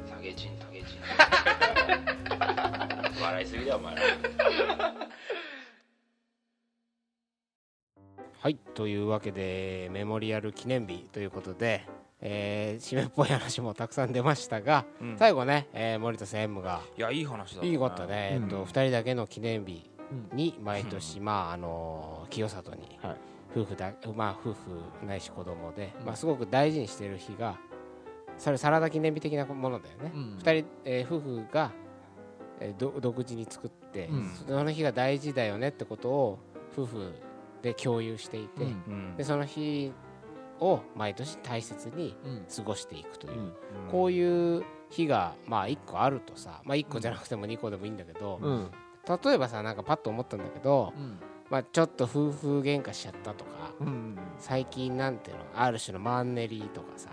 人トゲ人笑いすぎだよお前らはいというわけでメモリアル記念日ということで、えー締めっぽい話もたくさん出ましたが、うん最後ね、えー森田さん M がいやいい話だいいことね、うんえっと、2人だけの記念日うんに毎年、まああの清里に、はい夫婦だまあ夫婦ないし子供で、まあすごく大事にしてる日がそれサラダ記念日的なものだよね、うん二人、えー夫婦が、えーど独自に作って、うんその日が大事だよねってことを夫婦で共有していて、うんうんでその日を毎年大切にうん過ごしていくという、うんこういう日がまあ1個あるとさ、まあ、1個じゃなくても2個でもいいんだけど、うん例えばさなんかパッと思ったんだけど、まあ、ちょっと夫婦喧嘩しちゃったとかうん最近なんていうのある種のマンネリとかさ、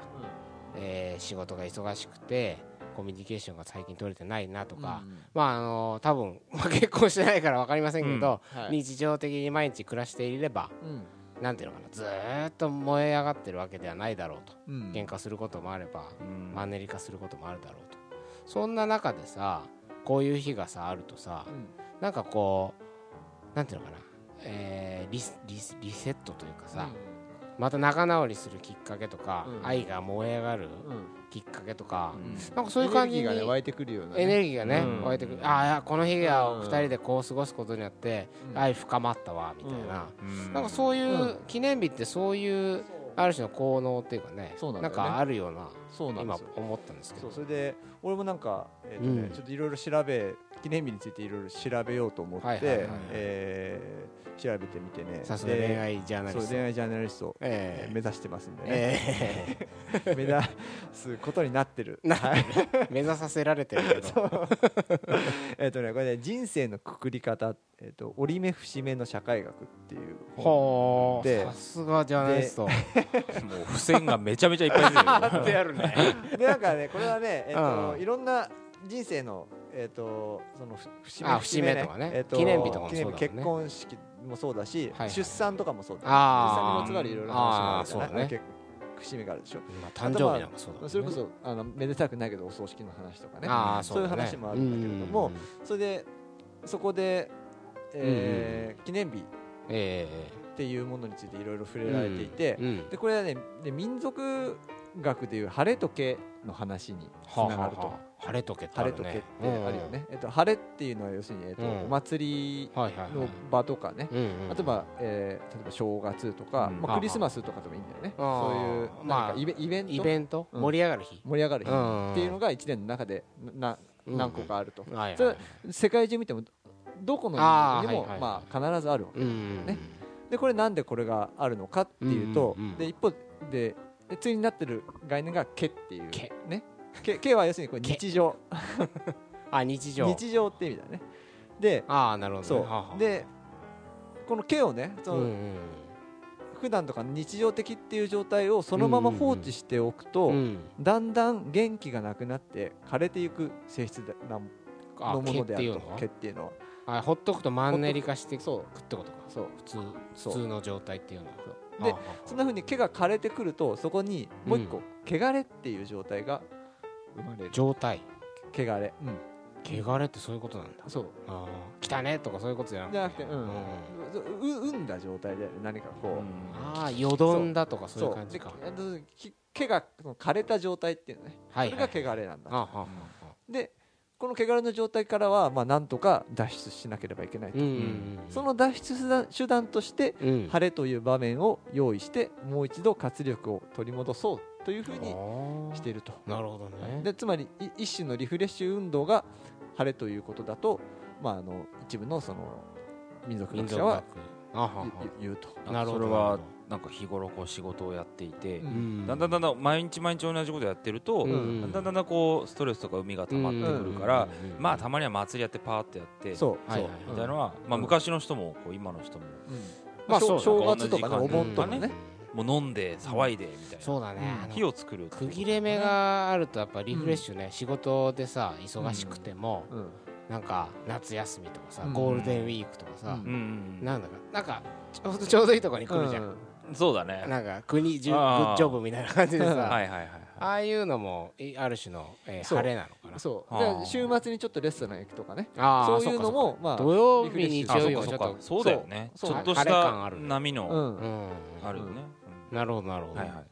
えー仕事が忙しくてコミュニケーションが最近取れてないなとか、うんまああの多分、 まあ、結婚してないから分かりませんけど、はい日常的に毎日暮らしていればうんなんていうのかなずーっと燃え上がってるわけではないだろうとうん喧嘩することもあればうんマンネリ化することもあるだろうとそんな中でさこういう日がさあるとさ、うんなんかこうなんていうのかな、えーリスリスリセットというかさ、また仲直りするきっかけとか、うん愛が燃え上がうるんうんきっかけとか、うんなんかそういう感じにエネルギーがね湧いてくるようなねエネルギーがねうん湧いてくる、ああいやこの日はうん2人でこう過ごすことによって、うん愛深まったわみたいな、うんなんかそういう、うん記念日ってそういうある種の効能っていうかねそうなんだよねかあるようなそうなんで今すよ思ったんですけそどうそれで俺もなんか、えーとうねんちょっといろいろ調べ記念日についていろいろ調べようと思って、はいはいはいはいえー調べてみてねさすがで恋愛ジャーナリそうスト恋愛ジャーナリスト、ええー目指してますんでえね、え目指すことになって るえ 目指させられてるけどえっとねこれね人生のくくり方、えっと折り目節目の社会学っていう本ほうでさすがジャーナリスト もう付箋がめちゃめちゃいっぱい出てるよであるねでなんかねこれは ね、えっとうんいろんな人生のえっ、とそのふ節目あ節目とかねえっ記念日とかもそうだもんね記念日結婚式もそうだし、はいはい出産とかもそうだ、出産に あまあつわるいろいろ話があるじゃないあーそうだね結構節目があるでしょまあ誕生日なんかそうだもんねそれこそあのめでたくないけどお葬式の話とかねああそういう話もあるんだけれどもうんそれでそこで、えー記念日っえていうものについていろいろ触えれられていて、うんでこれはねで民族学でいう晴れ時計の話につはあながると、はあ晴れとけってあ晴るれ時計ってあねるよね、えっと、晴れっていうのは要するに、えっとうんお祭りうんはいはいはのい場とかね、うんうん例えば、えー例えば正月とか、うんまあ、クリスマスとかでもいいんだよね、ああそういうまあなんかイベイベントイベントうん盛り上がる日盛り上がる日うんっていうのが1年の中でなうん何個かあると、はいそはれい世界中見てもどこのあー国にもはいはいまあ、必ずあるわけうんねでこれなんでこれがあるのかっていうと、うんうんうんで一方でで対になってる概念が「け」っていうけねけけは要するにこれけ日常あ日常日常って意味だねでああなるほどねはあはそあうでこの「け」をねその、うんうん普段とか日常的っていう状態をそのまま放置しておくと、うんだんだん元気がなくなって枯れていく性質だなあのも毛のってであいるうとのは毛っていうのはあほっとくとマンネリ化していくってこそとかうそう普通そう普通の状態っていうのはうではあはあそんなふうに毛が枯れてくるとそこにもう一個、うん汚れっていう状態が生まれる状態汚れ、うん、汚れってそういうことなんだそうああ汚ねとかそういうことじゃなくじてゃなくて、うんうんうう産んだ状態で何かこう、ああよどんだとかそういう感じかででき毛がその枯れた状態っていうのね、はいはいそれが汚れなんだああはあはあでこの汚れの状態からは、まあ、なんとか脱出しなければいけないと、うんうんうんその脱出手段手段として、うん晴れという場面を用意してもう一度活力を取り戻そうというふうにああしているとなるほどねでつまりい一種のリフレッシュ運動が晴れということだと、まあ、あの一部のその民族民学族者は学あははゆゆ言うと。なるほどそなれるほはどなんか日頃こう仕事をやっていて、うんだんだんだんだん毎日毎日同じことやってると、うんだんだんだんだんこうストレスとか海が溜まってくるから、まあたまには祭りやってパーってやってそう、はいそうはいうみたいなのは、まあ、昔の人もこう今の人もままあ、あしょうそう正だね月とかねお同じ時間盆とかねうんもう飲んで騒いでみたいな、そうだねあの火を作るっていうこと区切れ目があるとやっぱリフレッシュね仕事でさ忙しくてもうんなんか夏休みとかさうんゴールデンウィークとかさうんうんなんだかなんかちょうど ちょうどいいとこに来るじゃんうんそうだねなんか国じゅグあーッジョブみたいな感じで はさいはいはいはいああいうのもいある種の、えーそう晴れなのかなそうあだーから週末にちょっとレストラン行くとかねあーそういうのもまあそっかそっか土曜日リ日フレッ曜シュ日もちょそうっかとそうだよねちそうょっとし晴れ感たあるね波うのん、うんあるよね、なるほどなるほうど、んはいはい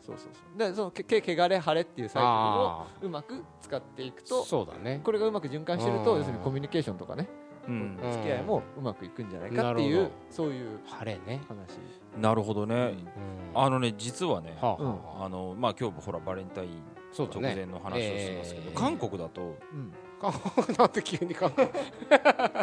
そうそうそうでそのけけ汚れ晴れっていうサイクルをあうまく使っていくあとそうだねこれがうまく循環してるとうん要するにコミュニケーションとかねうんうん付き合いもうまくいくんじゃないかっていなるうほどそういう晴れね、話なるほどうねんうんあのね実はねはあ、うんはああのまあ今日もほらバレンタインそうだ直ね前の話をしてますけど、えー韓国だとうん韓国なんて急に韓国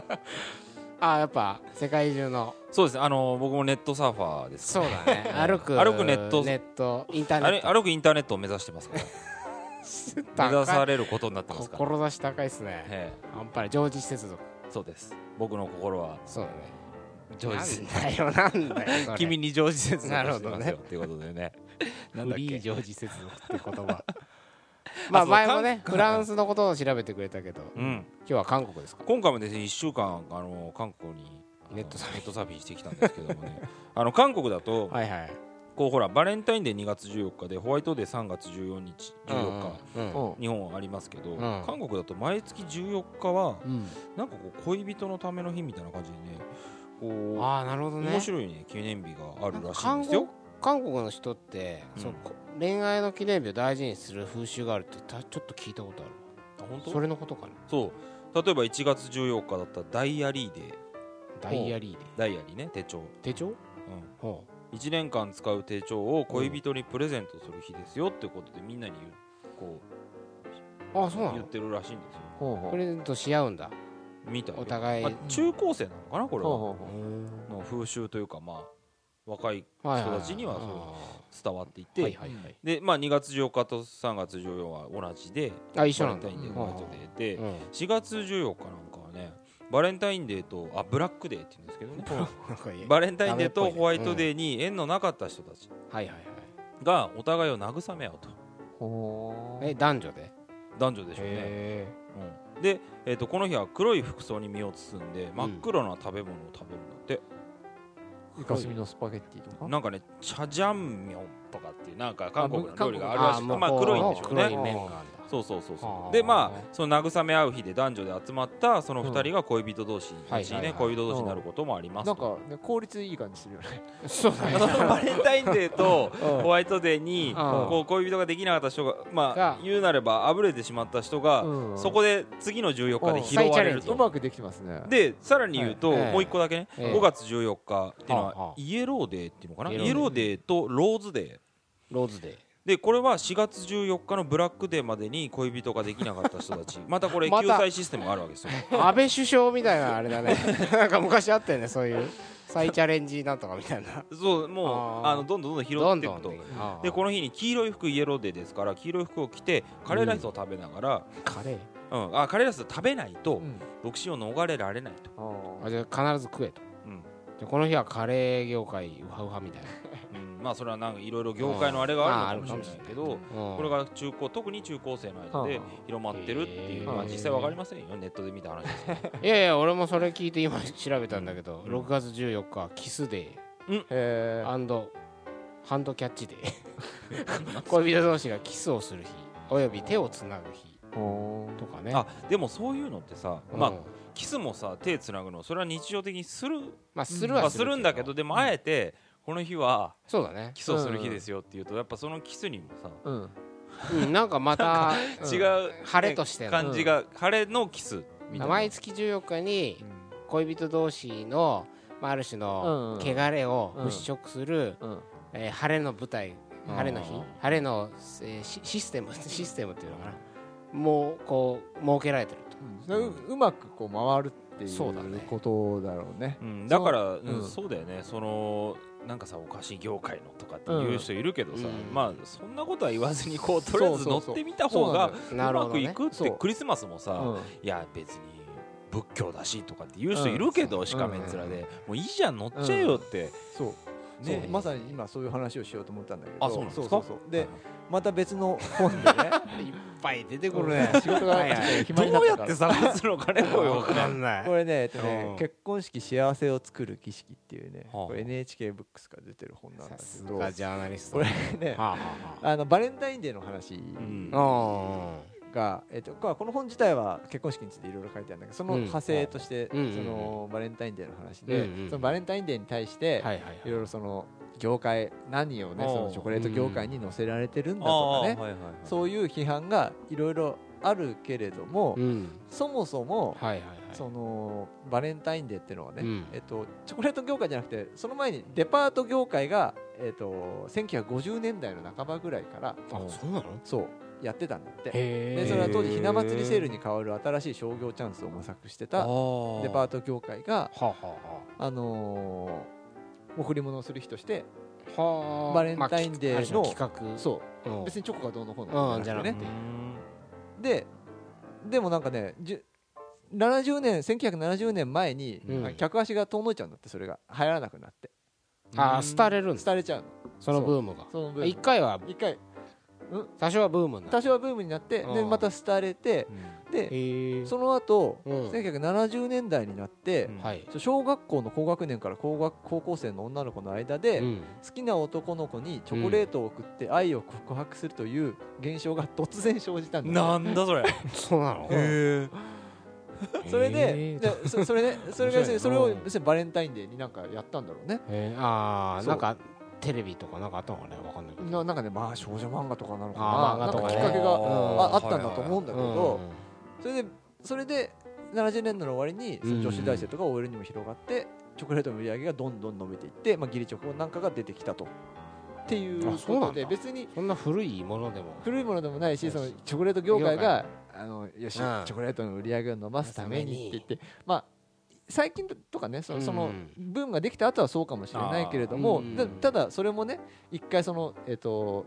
ああやっぱ世界中のそうですねあの僕もネットサーファーですそうだ ね歩く歩くネットネットインターネあれット歩くインターネットを目指してますから 目指高さいれることになってます から、志高いですねえ半端ない常時接続えそうです僕の心はそうだね常時接な続んだよなんだよそれ 君に常時接続なるしほてどまねすよっていうことでねなんだフっリーけ常時接続って言葉 まあそう前もね韓フランスのことを調べてくれたけどうん今日は韓国ですか今回もですね1週間あの韓国にあのネットサーフィンフィンしてきたんですけどもね あの韓国だとはいはいこうほらバレンタインデー2月14日でホワイトデー3月14日14日、うんうんう日本はありますけど、ん韓国だと毎月14日はんなんかこう恋人のための日みたいな感じでねうんこああなるほうどね面白いね記念日があるらしいん韓ですよ国韓国の人って、うんそのこ恋愛の記念日を大事にする風習があるってたちょっと聞いたことあるあ本わそれのことかなそう例えば1月14日だったらダイアリーデーダイアリーでダイアリーね手帳、うん、手帳ほう1年間使う手帳を恋人にプレゼントする日ですよってことでみんなに言うこあうそうな言っのてるらしいんですよほうほうプレゼントし合うんだみたいなお互いまあ中高生なのかなこれほうはほうほうの風習というかまあ若いはい人たちにはそう伝わっていて、はいはいはいで、まあ、2月14日と3月14日は同じであ一緒なんだバレンタインデーうんホワイトデーで、うん4月14日なんかはねバレンタインデーとあブラックデーって言うんですけどねなんかいいバレンタインデダメーっとぽいねホワイトデーに縁のなかった人たちはいはいはいがお互いを慰め合うとほうえ男女でへ男女でしょうね、えうんで、えー、とこの日は黒い服装に身を包んで真っ黒な食べ物を食べるんだって、イカスミのスパゲッティとかなんかねチャジャンミョンとかっていうなんか韓国の料理があるらあーしく向こうてまあ黒いんでしょう黒ねい面があるんだそうそうそうそあーうでまあその慰め合う日で男女で集まったその2人が恋人同士はい後にはいねはい恋人同士になることもありますなんとかね効率いい感じするよねそうだね そのバレンタインデーとホワイトデーにんこう恋人ができなかった人がまがあ言うなればあぶれてしまった人がうんそこで次の14日で拾われるうとまくできてますねでさらに言うとはいええもう1個だけねええ5月14日っていうのはあははあイエローデーっていうのかなイエローイエローデーとローズデーローズデでこれは4月14日のブラックデーまでに恋人ができなかった 人たちまたこれま救た済システムがあるわけですよー安倍首相みたいなあれだ ねなんか昔あったよねそういう再チャレンジなんとかみたいなそうもうあーあのどんどんどんどん拾どっんていどくんとできるああでこの日に黄色い服イエローデーですから黄色い服を着てカレーライスを食べながら、カレーうんあカレーライスを食べないとうん独身を逃れられないと、あーあじゃあ必ず食えとうんじゃあこの日はカレー業界ウハウハみたいなうんまあそれはなんかいろいろ業界のあれがあるのかもしれないけうんどここれが中高特に中高生の間では広まってるっていう、へーまあ、実際わかりませんよネットで見た話ですけどいやいや俺もそれ聞いて今調べたんだけどうん6月14日はキスデへーーアンドハンドキャッチデー 恋人同士がキスをする日および手をつなぐ日ほうとかね あでもそういうのってさ、まあうんキスもさ手つなぐのそれは日常的にするまあするははするんだけどでもあえてこの日はそうだねキスをする日ですよっていうとやっぱそのキスにもさうんうんなんかま たうん違う晴れとしての感じが晴れのキスみたいな毎月14日に恋人同士のまあある種のうん汚れを払拭するうんえー晴れの舞台あー晴れの日晴れの、えーシシステム システムっていうのかなもうこう設けられてるとうんううまくこう回るっていそうだねうことだろうねうんだからうんうんそうだよねそのなんかさお菓子業界のとかっていう人いるけどさうんまあそんなことは言わずにこうとりあえず乗ってみたそ方うながんだようなるまほどくいねくっそてうクリスマスもさうんいや別に仏教だしとかって言う人いるけどしかめっ面でもういいじゃん乗っちゃえよってそうそうねまさに今そういう話をしようと思ったんだけどあそうなんですかそうそうそうではまた別の本でねいっぱい出てくこるれねね仕事がはいはいい暇になどうっやたっかてら探すのかねこれわをかんない これね,、えっとねうん結婚式幸せを作る儀式っていうね、はあこれ NHK ブックスから出てる本なんださすけどがジャーナリス トこれねはあはあはあのバレンタインデーの話うんあが、えっとここの本自体は結婚式についていろいろ書いてあるんだけどそのうん派生として、うんうんうんそのバレンタインデーの話で、うんうんそのバレンタインデーに対して、うんはいはいいろいろその業界何をねおうそのチョコレート業界に載せられてるんだああとかはいねはいはいそういう批判がいろいろあるけれども、うんそもそも、はいはいはいそのバレンタインデーっていうのはね、うんえっと、チョコレート業界じゃなくてその前にデパート業界が、えっと、1950年代の半ばぐらいからあそうなのそうやってたんだってへでえそれは当時へーひな祭りセールに代わる新しい商業チャンスを模索してたデパートト業界が、はあはあのー贈り物をする日としてあはあバレンタインデーのまあきある種の企そう画うん別にチョコがどうのこううのんじゃなくねてででもなんかねじゅ70年1970年前に、うん客足が遠のいちゃうんだってそれが入らなくなってああ廃れるんです廃れちゃうのそのブームがその分一回は一回多少はブームにな多る少はブームになって、でうんまた廃れてでへえその後、うん1970年代になって、うんはい小学校の高学年から高学高校生の女の子の間で、 うん好きな男の子にチョコレートを送って愛を告白するという現象が突然生じたんだよなんだそれへそうなのえそれへでーでそ それでそれが面白いなそれを要するにバレンタインデーになんかやったんだろうねえー、ああそうなんかテレビとかなんかあったのかねわかんないけどななんかねまあ少女漫画とかなのかあーなな漫画んとかかきねっかけがうんああったんだと思うんだけどうんそれでそれで70年代の終わりにその女子大生とか OL にも広がってチョコレートの売り上げがどんどん伸びていってまあ義理チョコなんかが出てきたとっていうあそうこなとんだで別にそんな古いものでも古いものでもないしよしそのチョコレート業界業があのよしチうんョコレートの売り上げを伸ばすためにって言ってまあ最近とかねそのそのうんブームができた後はそうかもしれないけれどもあーだただそれもね一回そのえっと